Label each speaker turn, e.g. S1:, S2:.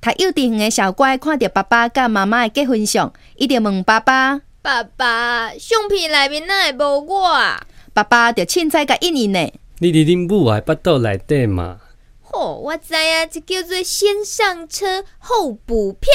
S1: 读幼稚园的小乖看到爸爸甲妈妈的结婚相，伊就问爸爸，
S2: 爸爸，相片内面哪会无我啊？
S1: 爸爸就凊彩甲应应呢。
S3: 你伫恁母的腹肚内底嘛？
S2: 吼、我知啊，这叫做先上车后补票。